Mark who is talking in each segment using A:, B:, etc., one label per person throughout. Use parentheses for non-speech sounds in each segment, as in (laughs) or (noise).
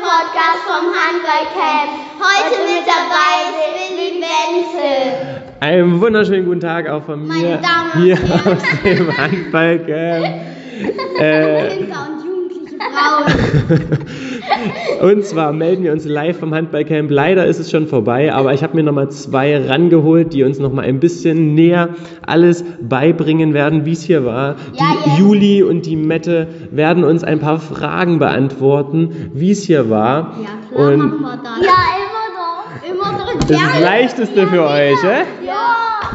A: Podcast vom Handballcamp. Heute mit dabei ist Willi Wenzel.
B: Einen wunderschönen guten Tag auch von mir
A: Meine Damen und
B: hier
A: Herren.
B: aus dem Handballcamp. Äh,
A: Kinder und jugendliche Frauen.
B: und zwar melden wir uns live vom Handballcamp. Leider ist es schon vorbei, aber ich habe mir nochmal zwei rangeholt, die uns nochmal ein bisschen näher alles beibringen werden, wie es hier war.
A: Ja,
B: die
A: yes.
B: Juli und die Mette werden uns ein paar Fragen beantworten, wie es hier war. und
A: wir das. Ja, immer doch. Immer doch.
B: das ist das Leichteste für euch, eh?
A: Ja.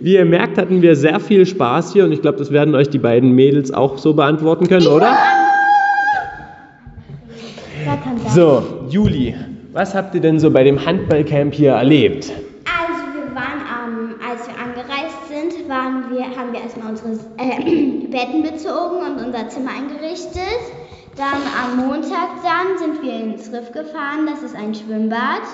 B: Wie ihr merkt, hatten wir sehr viel Spaß hier und ich glaube, das werden euch die beiden Mädels auch so beantworten können, oder? So, Juli, was habt ihr denn so bei dem Handballcamp hier erlebt?
C: Also wir waren am, als wir angereist sind, waren wir, haben wir erstmal unsere äh, (clears throat) Betten bezogen und unser Zimmer eingerichtet. Dann am Montag dann sind wir ins Riff gefahren, das ist ein Schwimmbad.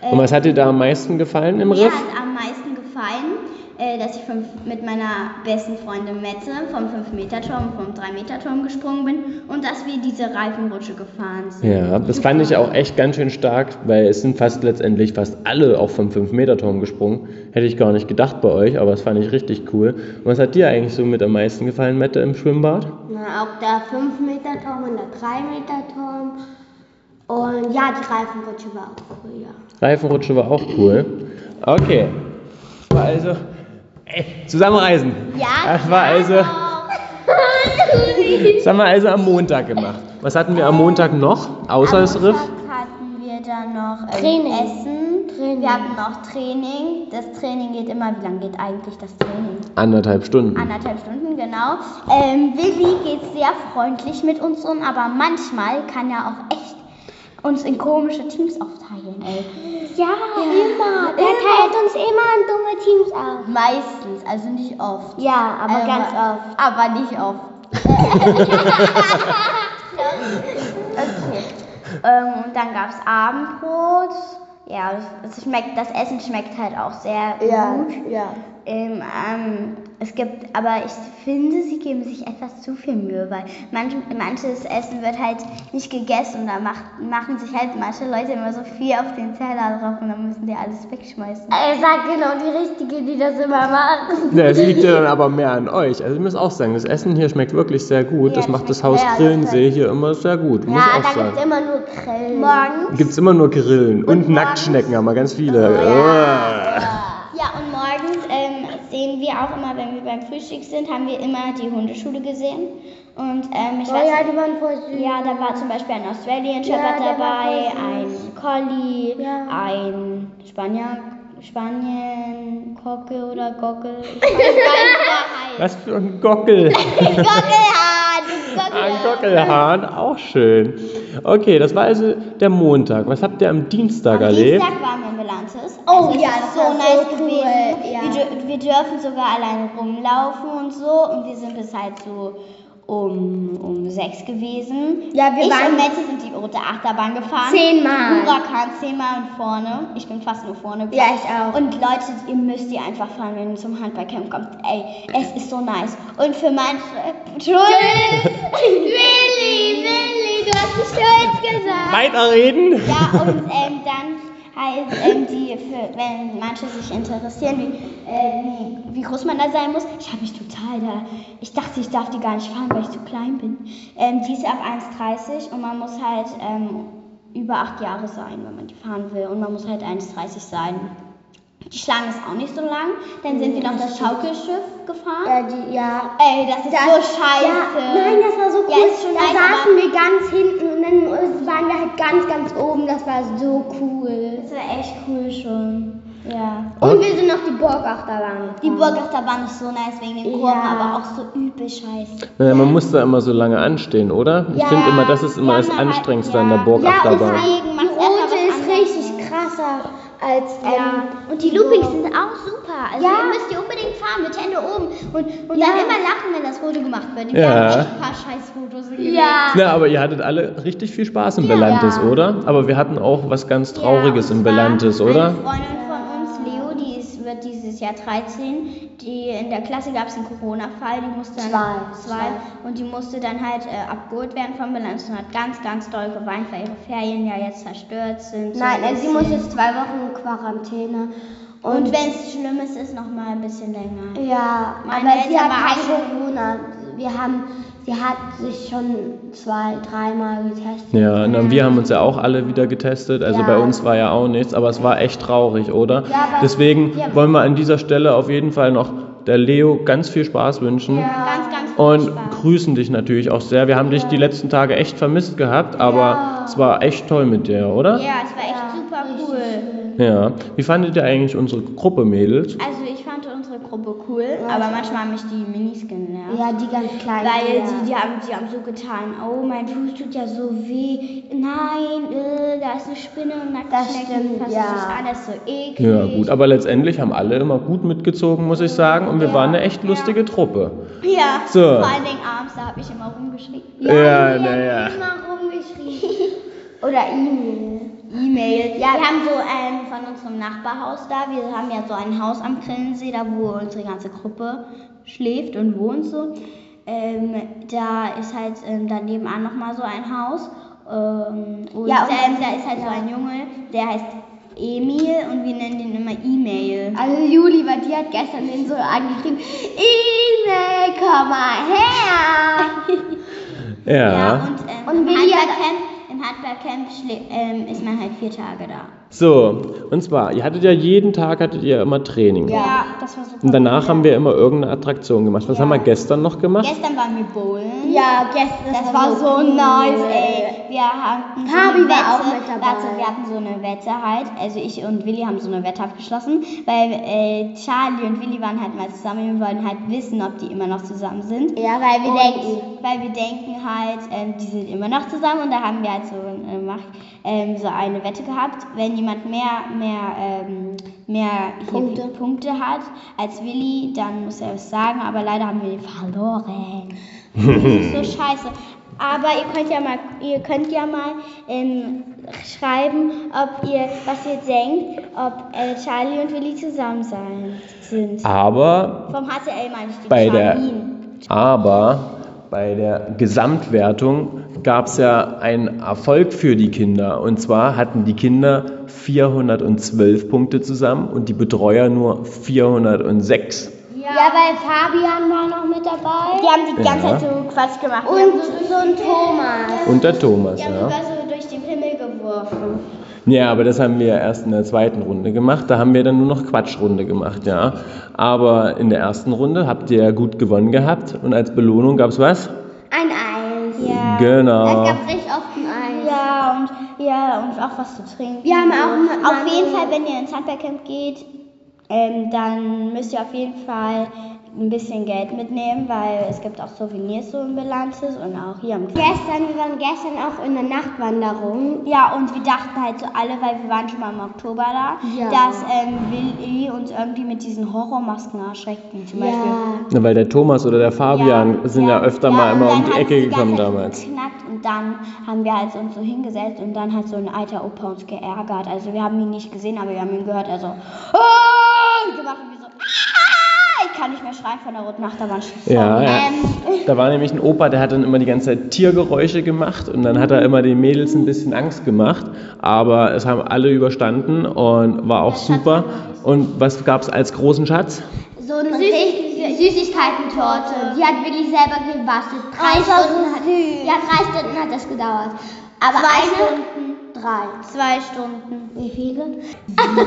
C: Äh,
B: Und was hat dir da am meisten gefallen im
C: Mir
B: Riff?
C: hat am meisten gefallen, äh, dass ich vom, mit meiner besten Freundin Mette vom 5-Meter-Turm, vom 3-Meter-Turm gesprungen bin und dass wir diese Reifenrutsche gefahren sind.
B: Ja, das fand ich auch echt ganz schön stark, weil es sind fast letztendlich fast alle auch vom 5-Meter-Turm gesprungen. Hätte ich gar nicht gedacht bei euch, aber das fand ich richtig cool. Und was hat dir eigentlich so mit am meisten gefallen, Mette, im Schwimmbad?
A: Na, auch der 5-Meter-Turm und der 3-Meter-Turm. Und ja, die Reifenrutsche war auch cool, ja.
B: Reifenrutsche war auch cool. Okay. Das war also. Ey, zusammenreisen.
C: Ja, genau.
B: Das war also.
C: (laughs)
B: Das haben wir also am Montag gemacht. Was hatten wir am Montag noch? Außer das Riff?
C: Montag hatten wir dann noch ähm,
A: Training.
C: Essen.
A: Training.
C: Wir hatten noch Training. Das Training geht immer, wie lange geht eigentlich das Training?
B: Anderthalb Stunden.
C: Anderthalb Stunden, genau. Ähm, Willi geht sehr freundlich mit uns um, aber manchmal kann er auch echt uns in komische Teams aufteilen. Ey.
A: Ja, immer. Der teilt uns immer in dumme Teams auf.
C: Meistens, also nicht oft.
A: Ja, aber
C: Ähm,
A: ganz oft.
C: Aber nicht
A: (laughs)
C: oft. okay. Ähm, und dann gab es Abendbrot. Ja, es schmeckt, das Essen schmeckt halt auch sehr gut.
A: ja.
C: Ähm, ähm, es gibt, aber ich finde, sie geben sich etwas zu viel Mühe, weil manch, manches Essen wird halt nicht gegessen und da macht, machen sich halt manche Leute immer so viel auf den Teller drauf und dann müssen die alles wegschmeißen.
A: Er sagt genau die Richtige, die das immer macht.
B: Ja, das liegt ja dann aber mehr an euch. Also ich muss auch sagen, das Essen hier schmeckt wirklich sehr gut.
C: Ja,
B: das macht das
C: schmeckt
B: Haus
C: sehr, das
B: Grillensee hier immer sehr gut. Muss
A: Ja,
B: auch
A: da
B: sagen.
A: gibt's immer nur Grillen.
C: Morgen.
B: Gibt's immer nur Grillen und, Nacktschnecken haben wir ganz viele.
C: Oh, Ja, und morgens ähm, sehen wir auch immer, wenn wir beim Frühstück sind, haben wir immer die Hundeschule gesehen. Und ähm, ich
A: Oh
C: weiß
A: ja, die waren voll süß.
C: Ja, da war zum Beispiel ein Australian
A: Ja,
C: Shepherd
A: der war
C: dabei,
A: voll
C: ein Collie,
A: Ja.
C: ein Spanier, Spanien, Kocke oder
A: (laughs)
C: Gockel. Ich weiß gar nicht, wie er heißt.
B: Oh, Was für ein
C: (laughs)
B: Gockel.
C: Gockelhahn, du
B: Ein
C: Gockelhahn.
B: Gockelhahn, auch schön. Okay, das war also der Montntag. Was habt ihr am Dienstag
C: Am
B: erlebt?
C: Dienstag waren wir in Belantis.
A: Oh
C: es
A: ja,
C: ist
A: das
C: so
A: war so
C: nice
A: cool,
C: gewesen.
A: ja.
C: Wir, dür- wir dürfen sogar alleine rumlaufen und so. Und wir sind bis halt so um, um sechs gewesen.
A: Ja, wir
C: ich
A: waren-
C: und Mette sind die rote Achterbahn gefahren.
A: Zehnmal.
C: Huracan zehnmal und vorne. Ich bin fast nur vorne gefahren.
A: Ja, ich auch.
C: Und Leute, ihr müsst die einfach fahren, wenn ihr zum Handballcamp kommt. Ey, es ist so nice. Und für manche... Tschüss!
A: (laughs) Willi, Willi, du hast es stolz gesagt.
B: Weiterreden?
C: Ja, und ähm, dann halt ähm, die, für, wenn manche sich interessieren, wie, äh, wie, wie groß man da sein muss. Ich habe mich total da. Ich dachte, ich darf die gar nicht fahren, weil ich zu klein bin. Ähm, die ist ab 1,30 und man muss halt ähm, über 8 Jahre sein, wenn man die fahren will. Und man muss halt 1,30 sein. Die Schlange ist auch nicht so lang. Dann sind wir noch das Schaukelschiff gefahren.
A: Ja, die, ja.
C: Ey, das ist so scheiße.
A: Ja, nein, das war so cool.
C: Ja, ist schon
A: da
C: nice, aber-
A: saßen wir ganz hinten und dann waren wir halt ganz, ganz oben. Das war so cool.
C: Das war echt cool schon. Ja.
A: Und wir sind noch die Burgachterbahn.
C: Die
A: gefahren.
C: Burgachterbahn ist so nice wegen den Kurven,
A: Ja.
C: aber auch so übel scheiße.
B: Naja, man muss da immer so lange anstehen, oder? Ich
A: Ja,
B: finde immer, das ist immer
C: ja,
B: das
C: man hat-
B: Anstrengendste an der
C: ja.
A: Ja, und
B: Burgachterbahn.
C: Deswegen
A: die
C: macht erst mal
A: rote
C: was
A: ist
C: anderes.
A: richtig krasser als
C: Ja.
A: ähm,
C: Und die Loopings sind auch super. Also
A: Ja.
C: ihr müsst die unbedingt fahren mit Hände oben und, und
A: Ja.
C: dann immer lachen, wenn das Foto gemacht wird. Die
B: Ja.
C: haben echt ein paar scheiß Fotos gewesen.
A: Ja.
B: Na, aber ihr hattet alle richtig viel Spaß im Belantis, oder? Aber wir hatten auch was ganz Trauriges
C: Ja, und
B: im Belantis,
C: zwar
B: oder?
C: Eine Freundin von uns, Leo, die ist, wird dieses Jahr 13. Die, in der Klasse gab es einen Corona-Fall, die musste dann
A: Zwei,
C: zwei, und die musste dann halt äh, abgeholt werden vom Bilanz und hat ganz, ganz doll geweint, weil ihre Ferien ja jetzt zerstört sind. So
A: Nein,
C: ein
A: äh, sie muss
C: bisschen.
A: jetzt zwei Wochen in Quarantäne.
C: Und, wenn es schlimm ist, ist noch mal ein bisschen länger.
A: Ja,
C: Meine
A: aber sie
C: Eltern
A: hat
C: waren
A: kein Corona. Wir haben, sie hat sich schon zwei, dreimal getestet.
B: Ja, na, wir haben uns ja auch alle wieder getestet, also
A: Ja.
B: bei uns war ja auch nichts, aber es war echt traurig, oder?
A: Ja, aber-
B: Deswegen
A: Ja.
B: wollen wir an dieser Stelle auf jeden Fall noch der Leo ganz viel Spaß wünschen
A: Ja.
C: Ganz, ganz viel
B: und
C: Spaß.
B: grüßen dich natürlich auch sehr. Wir haben dich die letzten Tage echt vermisst gehabt, aber
A: Ja.
B: es war echt toll mit dir, oder?
C: Ja, es war echt
A: Ja,
C: super
A: richtig
C: cool.
B: Ja. Wie fandet ihr eigentlich unsere Gruppe, Mädels?
C: Also ich fand unsere Gruppe cool, aber manchmal haben mich die Minis genervt.
A: Ja, die ganz kleinen.
C: Weil
A: ja.
C: die, die, haben, die haben so getan, oh mein Fuß tut ja so weh, nein, äh, da ist eine Spinne und nackt
A: Das stimmt,
C: fasst
A: ja.
C: sich an, das ist so eklig.
B: Ja, gut, aber letztendlich haben alle immer gut mitgezogen, muss ich sagen, und wir waren eine echt lustige Truppe.
C: Ja,
B: So.
C: vor allen Dingen abends, da habe ich immer rumgeschrieben.
B: Ja,
A: die haben
B: naja.
A: immer rumgeschrien. Oder E-Mail.
C: E-Mail.
A: Ja.
C: wir haben so ähm, von unserem Nachbarhaus da, wir haben ja so ein Haus am Grillensee, da wo unsere ganze Gruppe schläft und wohnt so. Ähm, da ist halt ähm, daneben an nochmal so ein Haus. Ähm, und
A: Ja,
C: ja,
A: und-
C: ähm, da ist halt so ein Junge, der heißt Emil und wir nennen den immer E-Mail.
A: Also Juli, weil die hat gestern den so angeschrieben. E-Mail, komm mal her.
B: Ja.
C: und, ähm,
A: Und
C: im,
A: Willi hat-
C: Handballcamp, im Handballcamp schlä- ähm, ist man halt vier Tage da.
B: So, und zwar, ihr hattet ja jeden Tag hattet ihr immer Training.
C: das war super.
B: Und danach haben wir immer irgendeine Attraktion gemacht. Was haben wir gestern noch gemacht?
C: Gestern waren wir bowlen.
A: ja, gestern.
C: Das, war, so
A: cool.
C: nice, ey. Wir hatten so
A: Fabi
C: eine
A: war
C: Wette.
A: auch mit dabei.
C: Warte, wir hatten so eine Wette halt. Also ich und Willi haben so eine Wette abgeschlossen, weil äh, Charlie und Willi waren halt mal zusammen. Wir wollten halt wissen, ob die immer noch zusammen sind.
A: Ja, weil wir
C: Und-
A: denken.
C: Weil wir denken halt, ähm, die sind immer noch zusammen und da haben wir halt so, äh, mach, ähm, so eine Wette gehabt. Wenn jemand mehr, mehr, ähm, mehr hier
A: Punkte.
C: Punkte hat als Willi, dann muss er es sagen, aber leider haben wir verloren. Das
A: (laughs)
C: ist so scheiße. Aber ihr könnt ja mal, ihr könnt ja mal ähm, schreiben, ob ihr, was ihr denkt, ob äh, Charlie und Willi zusammen sein, sind.
B: Aber,
C: Vom HCL meine ich die
B: Bei der-
C: Charlien.
B: aber bei der Gesamtwertung gab es ja einen Erfolg für die Kinder. Und zwar hatten die Kinder 412 Punkte zusammen und die Betreuer nur 406.
A: Ja. weil Fabian war noch mit dabei.
C: Die haben die
B: Ja.
C: ganze Zeit so Quatsch gemacht.
A: Und so ein Thomas.
B: Und der Thomas,
C: die haben
B: ja.
C: sogar so durch den Himmel geworfen.
B: Ja, aber das haben wir ja erst in der zweiten Runde gemacht. Da haben wir dann nur noch Quatschrunde gemacht, ja. Aber in der ersten Runde habt ihr ja gut gewonnen gehabt. Und als Belohnung gab's was?
A: Ein Eis.
C: Ja.
B: Genau.
A: Es gab recht oft ein Eis.
C: Ja und, ja, und auch was zu trinken.
A: Wir haben auch mal-
C: Auf jeden Fall, wenn ihr ins Handballcamp geht, ähm, dann müsst ihr auf jeden Fall ein bisschen Geld mitnehmen, weil es gibt auch Souvenirs so im Bilanzes und auch hier am
A: Gestern, wir waren gestern auch in der Nachtwanderung.
C: Ja, und wir dachten halt so alle, weil wir waren schon mal im Oktober da,
A: Ja.
C: dass ähm, Willi uns irgendwie mit diesen Horrormasken erschrecken. Zum Beispiel.
B: Na, weil der Thomas oder der Fabian sind ja, öfter mal
C: und
B: immer
C: dann
B: um die
C: hat
B: Ecke
C: es die ganze
B: gekommen
C: Zeit
B: damals.
C: Geknackt und dann haben wir halt uns so hingesetzt und dann hat so ein alter Opa uns geärgert. Also wir haben ihn nicht gesehen, aber wir haben ihn gehört. Also oh! gemacht und wir so ah! ich kann nicht mehr schreien von der roten Achterbahn. Sorry.
B: Ja, ja.
C: Ähm,
B: Da war nämlich ein Opa, der hat dann immer die ganze Zeit Tiergeräusche gemacht und dann hat er immer den Mädels ein bisschen Angst gemacht. Aber es haben alle überstanden und war auch super. Und was gab's als großen Schatz?
A: So eine Süß Süßigkeitentorte. Die hat Willi selber gebastelt. Drei
C: Oh, das war so
A: Stunden hat,
C: süß.
A: ja, drei Stunden hat das gedauert. Aber
C: Zwei
A: eine
C: Stunden.
A: drei.
C: zwei Stunden.
A: Wie viele? (laughs)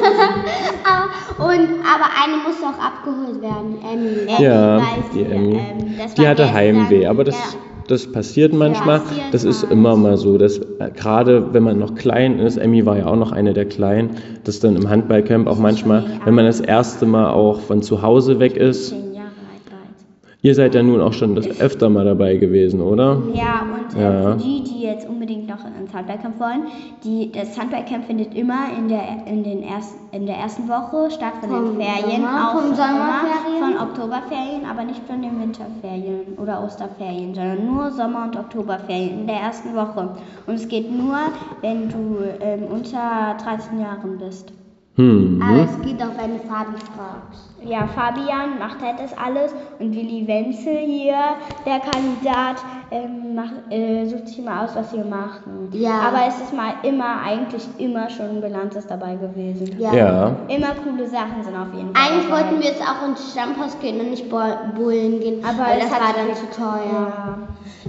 A: Ah, Und aber eine musste auch abgeholt werden, Emmy.
C: Ja.
B: Ja,
C: weiß
B: die
C: ich,
B: Emmy.
C: ähm, das
B: die
C: war
B: hatte
C: gestern.
B: Heimweh, aber das,
C: Ja.
B: das passiert manchmal.
C: passiert
B: das ist
C: mal.
B: immer mal so, dass äh, gerade wenn man noch klein ist, Emmy war ja auch noch eine der Kleinen, dass dann im Handballcamp auch manchmal, wenn man das erste Mal auch von zu Hause weg ist.
C: Zehn Jahre alt war jetzt.
B: Ihr seid ja nun auch schon das öfter mal dabei gewesen, oder?
C: Ja, und äh,
B: Ja.
C: für die, die jetzt unbedingt noch ins Handballcamp wollen, die, das Handballcamp findet immer in der, in den ersten, in der ersten Woche statt von
A: Vom
C: den Ferien,
A: Sommer-
C: auch
A: vom
C: im
A: Sommerferien?
C: Sommer, von Oktoberferien, aber nicht von den Winterferien oder Osterferien, sondern nur Sommer- und Oktoberferien in der ersten Woche. Und es geht nur, wenn du ähm, unter 13 Jahren bist.
B: Hm.
A: Aber es geht auch, wenn du Fabi fragst.
C: Ja, Fabian macht halt das alles und Willi Wenzel hier, der Kandidat, ähm, macht, äh, sucht sich mal aus, was wir machen.
A: Ja.
C: Aber es ist mal immer, eigentlich immer schon Bilanzes dabei gewesen.
A: Ja.
B: Ja.
C: Immer coole Sachen sind auf jeden Fall.
A: Eigentlich
C: dabei.
A: wollten wir jetzt auch ins Stammhaus gehen und nicht bo- bowlen gehen,
C: Aber
A: weil
C: es
A: das
C: hat
A: war dann
C: sich-
A: zu teuer.
C: Ja.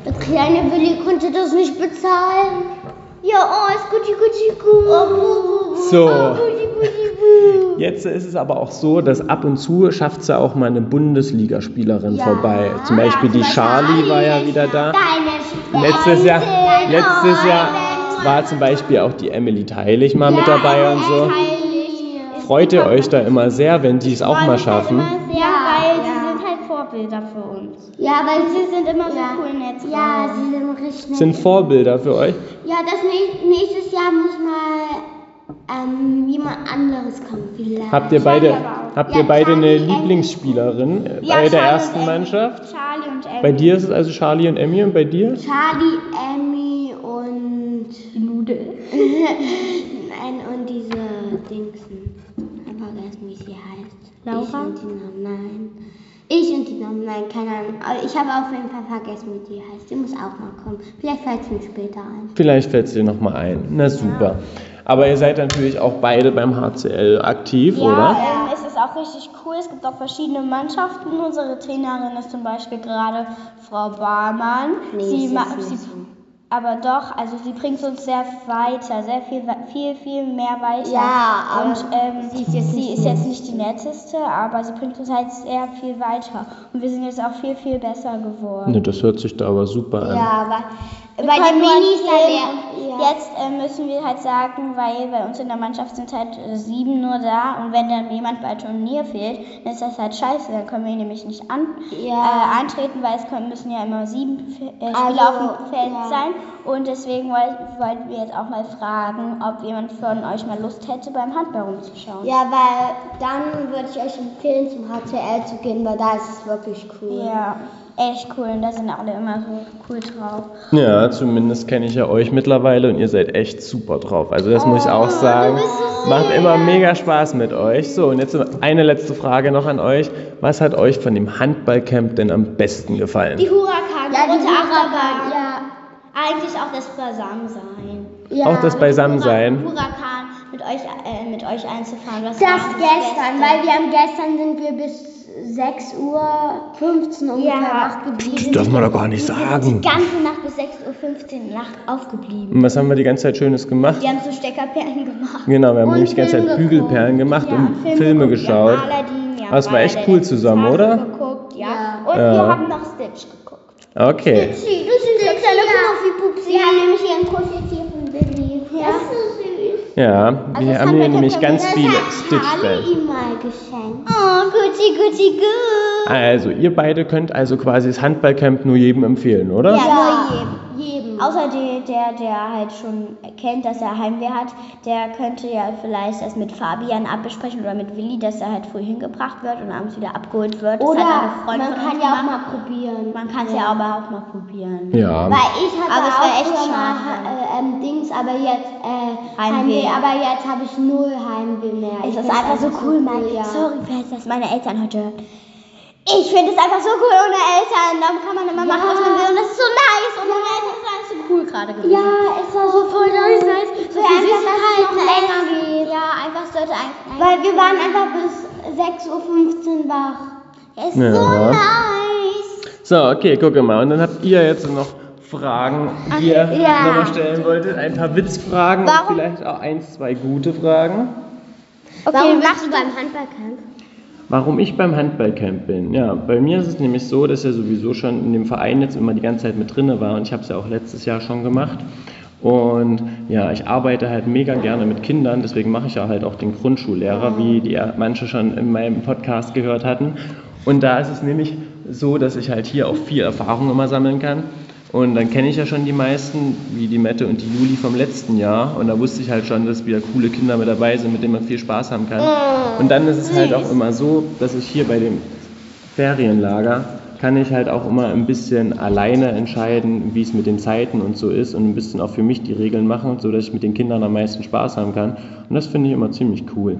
A: Der kleine Willi konnte das nicht bezahlen.
C: Ja, oh, ist guti, guti, gut.
B: So.
A: Oh,
B: (laughs) Jetzt ist es aber auch so, dass ab und zu schafft es ja auch mal eine Bundesligaspielerin
A: Ja.
B: vorbei. Zum Beispiel die Charlie war ja wieder da.
A: Deine
B: Letztes Jahr,
A: Freundin.
B: letztes Jahr war zum Beispiel auch die Emily Teilig mal mit dabei und so. Freut ihr euch da immer sehr, wenn die es auch mal schaffen?
C: Halt immer sehr,
A: Ja,
C: weil
A: ja.
C: sie sind halt Vorbilder für uns.
A: Ja, weil sie sind
C: immer so
A: ja.
C: cool nett
A: Ja,
C: drauf.
A: sie sind richtig nett.
B: Sind Vorbilder für euch?
A: ja, das näch- nächstes Jahr muss mal ähm, jemand anderes kommen vielleicht.
B: Habt ihr
C: Charlie
B: beide,
C: aber auch.
B: habt
A: Ja,
B: ihr beide eine
A: Charlie, Emily.
B: Lieblingsspielerin äh,
C: Ja,
B: bei der
C: Charlie und
B: ersten
C: Emily.
B: Mannschaft?
C: Charlie und Ellie.
B: Bei dir ist es also Charlie und Emmy und bei dir?
A: Charlie, Emmy und
C: Nudel.
A: nein, und diese Dingsen. Ich habe vergessen, wie sie heißt. Ich
C: Laura?
A: und die Namen, nein. Ich und die Namen, nein, keine Ahnung. Aber ich habe auf jeden Fall vergessen, wie die heißt. Die muss auch mal kommen. Vielleicht fällt es mir später ein.
B: Vielleicht fällt es dir nochmal ein. Na super. Aber ihr seid natürlich auch beide beim HCL aktiv, oder?
C: Ja, ähm, es ist auch richtig cool. Es gibt auch verschiedene Mannschaften. Unsere Trainerin ist zum Beispiel gerade Frau Barmann.
A: sie
C: ma-
A: ist nicht so.
C: aber doch, also sie bringt uns sehr weiter, sehr viel, wei- viel, viel mehr weiter.
A: Ja, aber
C: und ähm,
A: sie
C: sie,
A: ist jetzt nicht
C: ist
A: die
C: jetzt nicht die netteste, aber sie bringt uns halt sehr viel weiter. Und wir sind jetzt auch viel, viel besser geworden.
B: Ne, das hört sich da aber super an.
A: Ja, aber
C: Wir
A: bei den
C: können nur
A: Minis da
C: erzählen,
A: wär-
C: und Jetzt äh, müssen wir halt sagen, weil bei uns in der Mannschaft sind halt äh, sieben nur da und wenn dann jemand bei Turnier fehlt, dann ist das halt scheiße, dann können wir ihn nämlich nicht an,
A: Ja.
C: äh, antreten, weil es können, müssen ja immer sieben F- äh, Spieler
A: Also,
C: auf dem Feld
A: ja.
C: sein und deswegen woll- wollten wir jetzt auch mal fragen, ob jemand von euch mal Lust hätte, beim Handball rumzuschauen.
A: Ja, weil dann würde ich euch empfehlen, zum HTL zu gehen, weil da ist es wirklich cool.
C: Ja, echt cool und da sind alle immer so cool drauf.
B: Ja, zumindest kenne ich ja euch mittlerweile und ihr seid echt super drauf. Also das muss ich
A: Oh,
B: auch sagen. Macht immer mega Spaß mit euch. So, und jetzt eine letzte Frage noch an euch. Was hat euch von dem Handballcamp denn am besten gefallen?
C: Huracan,
A: Ja, die Huracan,
C: Achterbahn.
A: ja.
C: Eigentlich auch das Beisammensein.
A: ja.
B: Auch das Beisammensein.
C: Huracan mit euch, äh, mit euch einzufahren. Was
A: Das
C: war
A: gestern, weil wir am gestern sind wir bis 6 Uhr 15 ungefähr
C: Ja.
A: wach geblieben.
B: Darf man doch gar nicht sagen.
C: die ganze Nacht bis 6.15 Uhr Nacht aufgeblieben.
B: Und was haben wir die ganze Zeit Schönes gemacht?
C: Wir haben so Steckerperlen gemacht.
B: Genau, wir haben
A: Und
B: nämlich die ganze
A: Filme
B: Zeit
A: geguckt.
B: Bügelperlen gemacht
C: Ja,
B: und Filme
C: geguckt,
B: geschaut.
C: Wir haben Aladdin, wir haben
B: Aber es war echt
C: Aladdin,
B: cool zusammen,
C: Tarzan
B: oder?
C: Geguckt, ja.
A: Ja.
C: Und
B: Ja.
C: wir haben noch Stitch geguckt.
B: Okay.
A: Pupsi, das ist der kleine Pupsi. Wir haben nämlich hier ein Kuscheltier von Billy. Ja. Das ist so süß.
B: Ja, wir haben hier nämlich ganz
A: Also das
B: viele
A: hat
B: Stitchbells.
A: Charlie ihm mal geschenkt.
C: Oh, gucci, gucci, gut.
B: Also, ihr beide könnt also quasi das Handballcamp nur jedem empfehlen, oder?
C: Ja.
A: nur jedem.
C: Außer der, der, der halt schon kennt, dass er Heimweh hat, der könnte ja vielleicht das mit Fabian abbesprechen oder mit Willi, dass er halt früh hingebracht wird und abends wieder abgeholt wird. Das hat eine
A: Oder man
C: Freundin von
A: kann
C: uns
A: ja auch mal
C: gemacht.
A: probieren.
C: Man kann es ja. aber auch mal probieren.
B: Ja.
A: Weil ich hatte
C: Aber es war
A: auch
C: echt
A: früher mal
C: schade.
A: Ha- äh, ähm, Dings, aber jetzt äh, Heimweh.
C: Heimweh.
A: Aber jetzt habe ich null Heimweh mehr.
C: Es
A: Ich
C: ist
A: find's
C: einfach so cool, Mann.
A: ja.
C: Sorry, falls das meine Eltern heute hören. Ich finde es einfach so cool ohne Eltern. Dann kann man immer machen, was man will. Und das ist so nice. Und meine Eltern sind alles so cool gerade gewesen.
A: Ja, es war so voll nice. So
C: So
A: einfach,
C: viel
A: dass es noch länger
C: Süßigkeiten.
A: geht.
C: Ja, einfach sollte eigentlich.
A: Weil wir waren einfach bis 6.15 Uhr wach.
C: Es ist
B: Ja.
C: so nice.
B: So, okay, gucke mal. Und dann habt ihr jetzt noch Fragen, die ihr
A: ja.
B: nochmal stellen wolltet. Ein paar Witzfragen
C: Warum-
B: und vielleicht auch ein, zwei gute Fragen.
A: Warum warst du beim Handballcamp?
B: Warum ich beim Handballcamp bin? Ja, bei mir ist es nämlich so, dass er sowieso schon in dem Verein jetzt immer die ganze Zeit mit drinne war und ich habe es ja auch letztes Jahr schon gemacht. Und ja, ich arbeite halt mega gerne mit Kindern, deswegen mache ich ja halt auch den Grundschullehrer, wie die ja manche schon in meinem Podcast gehört hatten. Und da ist es nämlich so, dass ich halt hier auch viel Erfahrung immer sammeln kann. Und dann kenne ich ja schon die meisten, wie die Mette und die Juli vom letzten Jahr. Und da wusste ich halt schon, dass wieder coole Kinder mit dabei sind, mit denen man viel Spaß haben kann. Und dann ist es halt auch immer so, dass ich hier bei dem Ferienlager kann ich halt auch immer ein bisschen alleine entscheiden, wie es mit den Zeiten und so ist und ein bisschen auch für mich die Regeln machen, sodass ich mit den Kindern am meisten Spaß haben kann. Und das finde ich immer ziemlich cool.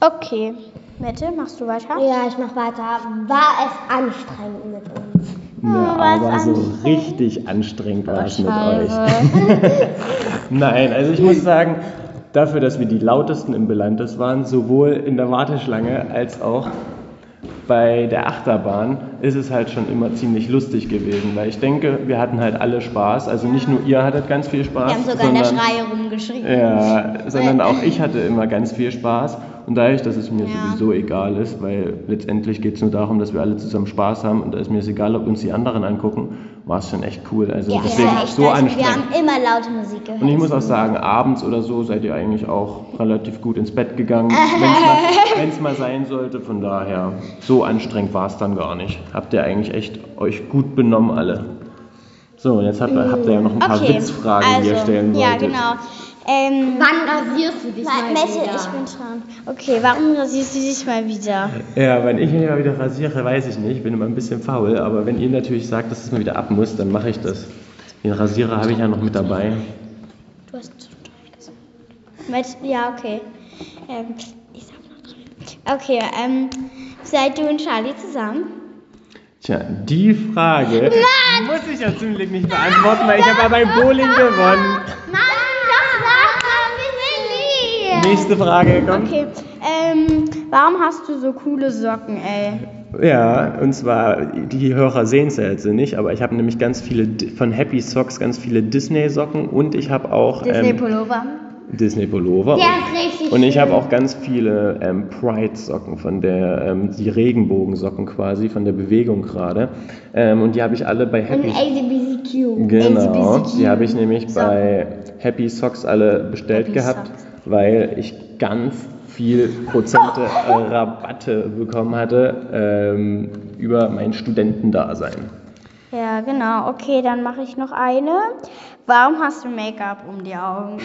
C: Okay. Mette, machst du weiter?
A: Ja, ich mach weiter. War es anstrengend mit uns?
B: Na,
C: war es
B: aber so
C: anstrengend.
B: richtig anstrengend war es mit euch.
C: Oh, Scheiße. (laughs)
B: Nein, also ich muss sagen, dafür, dass wir die lautesten im Belantes waren, sowohl in der Warteschlange als auch bei der Achterbahn, ist es halt schon immer ziemlich lustig gewesen, weil ich denke, wir hatten halt alle Spaß. Also nicht nur ihr hattet ganz viel Spaß.
C: Wir haben sogar in der
B: sondern-
C: Schreie rumgeschrien.
B: ja, sondern auch ich hatte immer ganz viel Spaß. Und dadurch, dass es mir
C: Ja.
B: sowieso egal ist, weil letztendlich geht es nur darum, dass wir alle zusammen Spaß haben und da ist mir es egal, ob uns die anderen angucken, war es schon echt cool. Also
C: Ja,
B: deswegen
C: ja, echt
B: so
C: nice.
B: anstrengend.
C: Wir haben immer laute Musik gehört.
B: Und ich muss auch sagen, abends oder so seid ihr eigentlich auch relativ gut ins Bett
C: (laughs)
B: gegangen, wenn es mal, sein sollte. Von daher, so anstrengend war es dann gar nicht. Habt ihr eigentlich echt euch gut benommen alle. So, und jetzt habt, habt ihr ja noch ein paar
C: okay.
B: Witzfragen, die ihr
C: also,
B: stellen wolltet.
C: Ja, genau. Ähm,
A: Wann rasierst du dich mal
C: Mette,
A: wieder?
C: ich bin dran. Okay, warum rasierst du dich mal wieder?
B: Ja, wenn ich mich mal wieder rasiere, weiß ich nicht. Ich bin immer ein bisschen faul. Aber wenn ihr natürlich sagt, dass es mal wieder ab muss, dann mache ich das. Den Rasierer habe ich ja noch mit dabei.
C: Du hast zu teuer gesagt. Mette, ja, okay. Ähm, ich sag noch drei. Okay, ähm, seid du und Charlie zusammen?
B: Tja, die Frage muss ich ja zum Glück nicht beantworten, weil ich habe ja beim Bowling gewonnen.
C: Mann, das war Charlie
B: Nächste Frage kommt.
C: Okay, ähm, warum hast du so coole Socken, ey?
B: Ja, und zwar, die Hörer sehen es ja jetzt nicht, aber ich habe nämlich ganz viele Di- von Happy Socks, ganz viele Disney-Socken und ich habe auch ähm,
C: Disney-Pullover.
B: Disney-Pullover.
A: Der ist richtig
B: Und ich
A: schön.
B: habe auch ganz viele ähm, Pride-Socken von der, ähm, die Regenbogensocken quasi, von der Bewegung gerade. Ähm, und die habe ich alle bei
A: Und
B: Happy
A: ACBCQ.
B: Genau,
C: LGBTQ.
B: die habe ich nämlich bei Happy Socks alle bestellt
C: Happy
B: gehabt,
C: Socks.
B: weil ich ganz viel Prozente äh, Rabatte bekommen hatte ähm, über mein Studentendasein.
C: Ja, genau. Okay, dann mache ich noch eine. Warum hast du Make-up um die Augen?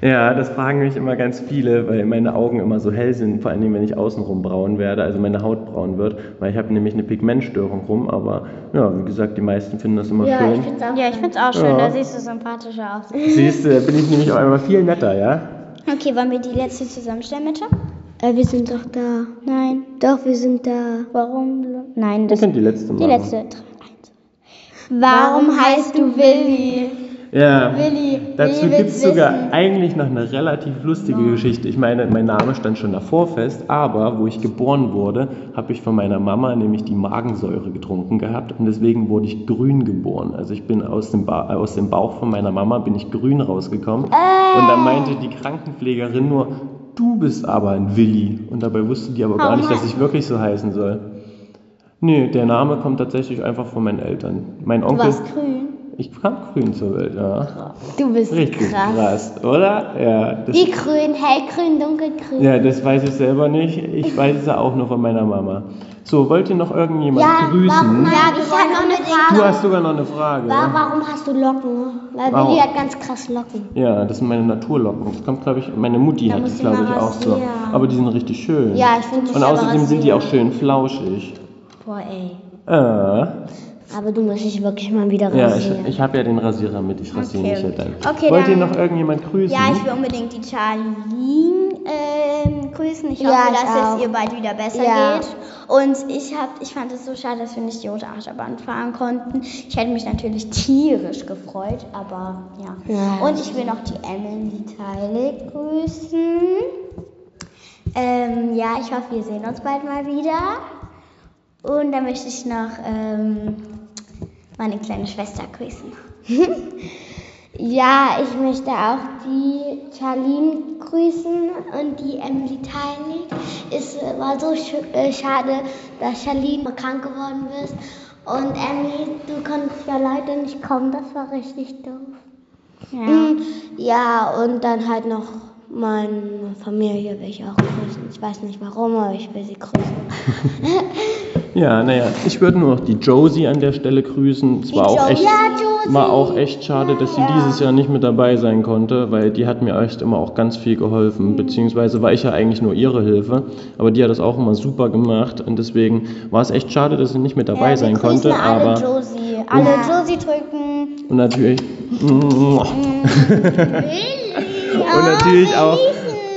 B: Ja, das fragen mich immer ganz viele, weil meine Augen immer so hell sind, vor allen Dingen, wenn ich außenrum braun werde, also meine Haut braun wird, weil ich habe nämlich eine Pigmentstörung rum, aber ja, wie gesagt, die meisten finden das immer
A: Ja, ich
B: schön.
A: find's auch.
C: (laughs) Ja, ich find's auch schön,
B: Ja.
C: da siehst du sympathischer aus.
B: Siehst du, da bin ich nämlich auch immer viel netter, ja?
C: Okay, wollen wir die letzte zusammenstellen, bitte?
A: Äh, wir sind doch da.
C: Nein.
A: Doch, wir sind da.
C: Warum? Nein,
B: Wir
C: das
B: können die letzte machen.
C: Die letzte. Drei, eins. Warum heißt du Willi?
B: Ja,
C: Willi,
B: dazu
C: Willi
B: gibt es
C: will's
B: sogar
C: wissen.
B: eigentlich noch eine relativ lustige Geschichte. Ich meine, mein Name stand schon davor fest, aber wo ich geboren wurde, habe ich von meiner Mama nämlich die Magensäure getrunken gehabt und deswegen wurde ich grün geboren. Also ich bin aus dem, ba äh, aus dem Bauch von meiner Mama bin ich grün rausgekommen und dann meinte die Krankenpflegerin nur, du bist aber ein Willi und dabei wusste die aber gar
C: Oh
B: nicht, dass
C: Mann.
B: ich wirklich so heißen soll. Nee, der Name kommt tatsächlich einfach von meinen Eltern. Mein Onkel.
C: grün.
B: Ich kam grün zur Welt, ja.
A: Du bist
B: Richtig krass, oder? Ja das,
A: Die grün, hellgrün, dunkelgrün.
B: ja, das weiß ich selber nicht. Ich weiß es ja auch nur von meiner Mama. So, wollt ihr noch irgendjemand grüßen?
A: Ja, ich habe noch eine
B: Du
A: Frage.
B: hast sogar noch eine Frage.
A: Wa- Warum hast du Locken? Weil
B: Warum?
A: Billy hat ganz krass Locken.
B: Ja, das sind meine Naturlocken. Das kommt, glaube ich, meine Mutti
A: Da
B: hat
A: musst
B: das,
A: du mal
B: glaube ich, auch so.
A: rasieren.
B: Aber die sind richtig schön.
A: Ja, ich finde die
B: Und
A: selber
B: außerdem sind die auch
A: rasieren.
B: schön flauschig.
A: Boah, ey.
B: Äh, ja,
A: Aber du musst dich wirklich mal wieder
B: ich,
A: rasieren.
B: ich habe ja den Rasierer mit. Ich rasiere
C: Okay,
B: mich ja dann.
C: Okay,
B: wollt ihr
C: dann-
B: noch irgendjemand grüßen?
C: Ja,
A: Mhm.
C: ich will unbedingt die Charlene ähm, grüßen. Ich
A: Ja,
C: hoffe,
A: ich
C: dass
A: auch.
C: es ihr bald wieder besser
A: Ja.
C: geht. Und ich, hab, ich fand es so schade, dass wir nicht die rote Achterbahn fahren konnten. Ich hätte mich natürlich tierisch gefreut, aber ja.
A: Ja.
C: Und ich will noch die Emily Teilig grüßen. Ähm, ja, ich hoffe, wir sehen uns bald mal wieder. Und dann möchte ich noch ähm, meine kleine Schwester grüßen.
A: ja, ich möchte auch die Charlene grüßen und die Emily Teinig. Es war so sch äh, schade, dass Charlene krank geworden ist. Und Emily, du konntest ja leider nicht kommen. Das war richtig doof.
C: Ja.
A: Mm, Ja, und dann halt noch meine Familie will ich auch grüßen. Ich weiß nicht warum, aber ich will sie grüßen.
B: Ja, naja, ich würde nur noch die Josie an der Stelle grüßen. Es (laughs) war
A: (laughs)
B: auch
C: Josie.
B: echt,
A: Ja, Josie.
B: war auch echt schade, dass sie dieses Jahr nicht mit dabei sein konnte, weil die hat mir echt immer auch ganz viel geholfen. Beziehungsweise war ich ja eigentlich nur ihre Hilfe, aber die hat das auch immer super gemacht und deswegen war es echt schade, dass sie nicht mit dabei
C: Ja, wir
B: sein
C: grüßen
B: konnte.
C: alle
B: Aber Mhm.
C: Josie. Alle Josie drücken.
B: und natürlich und natürlich auch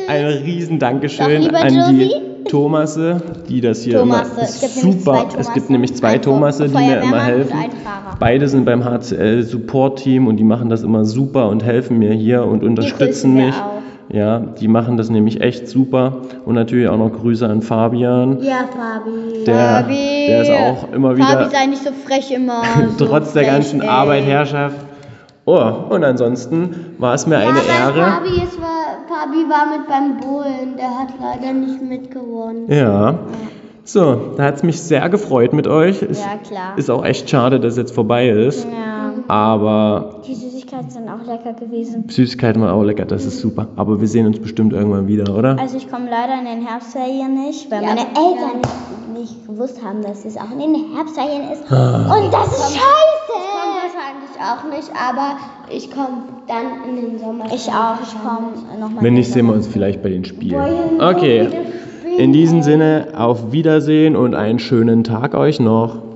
B: ein riesen Dankeschön
C: Doch, lieber
B: an die
C: Josie.
B: Thomasse, die das hier
C: Thomasse.
B: immer
C: Es gibt
B: super.
C: nämlich zwei
B: es gibt
C: Thomasse.
B: nämlich zwei
C: Ein
B: Thomasse, die mir immer
C: Feuerwehrmann und
B: helfen.
C: ein Fahrer.
B: Beide sind beim HCL Support Team und die machen das immer super und helfen mir hier und unterstützen
C: grüßen wir
B: mich.
C: auch.
B: Ja, die machen das nämlich echt super und natürlich auch noch Grüße an Fabian.
A: Ja, Fabi.
B: Der,
C: Fabi.
B: der ist auch immer wieder
C: Fabi, sei nicht so frech
B: (laughs)
C: immer. so
B: trotz der
C: frech,
B: ganzen
C: ey.
B: Arbeit Herrschaft. Oh, und ansonsten war es mir
A: Ja,
B: eine
A: weil
B: Ehre.
A: Fabi, es war, Fabi war mit beim Bohlen. Der hat leider nicht mitgewonnen.
B: Ja. So, da hat es mich sehr gefreut mit euch. Ist,
C: Ja, Mhm. klar.
B: ist auch echt schade, dass es jetzt vorbei ist.
C: Ja.
B: Aber
C: Die Süßigkeiten sind auch lecker gewesen.
B: Süßigkeiten waren auch lecker, das ist super. Aber wir sehen uns bestimmt irgendwann wieder, oder?
C: Also ich komme leider in den Herbstferien nicht, weil
A: Ja,
C: meine
A: aber-
C: Eltern nicht, nicht gewusst haben, dass es auch in den Herbstferien ist.
B: Ah.
A: Und das ist scheiße!
C: Ich komm wahrscheinlich auch nicht, aber
A: Ich komme dann in den Sommer.
C: ich auch. Ich komme nochmal.
B: Wenn nicht, sehen wir uns vielleicht bei den Spielen.
A: Boah, hier sind so
B: Okay.
A: viele Spiele.
B: In diesem Sinne, auf Wiedersehen und einen schönen Tag euch noch.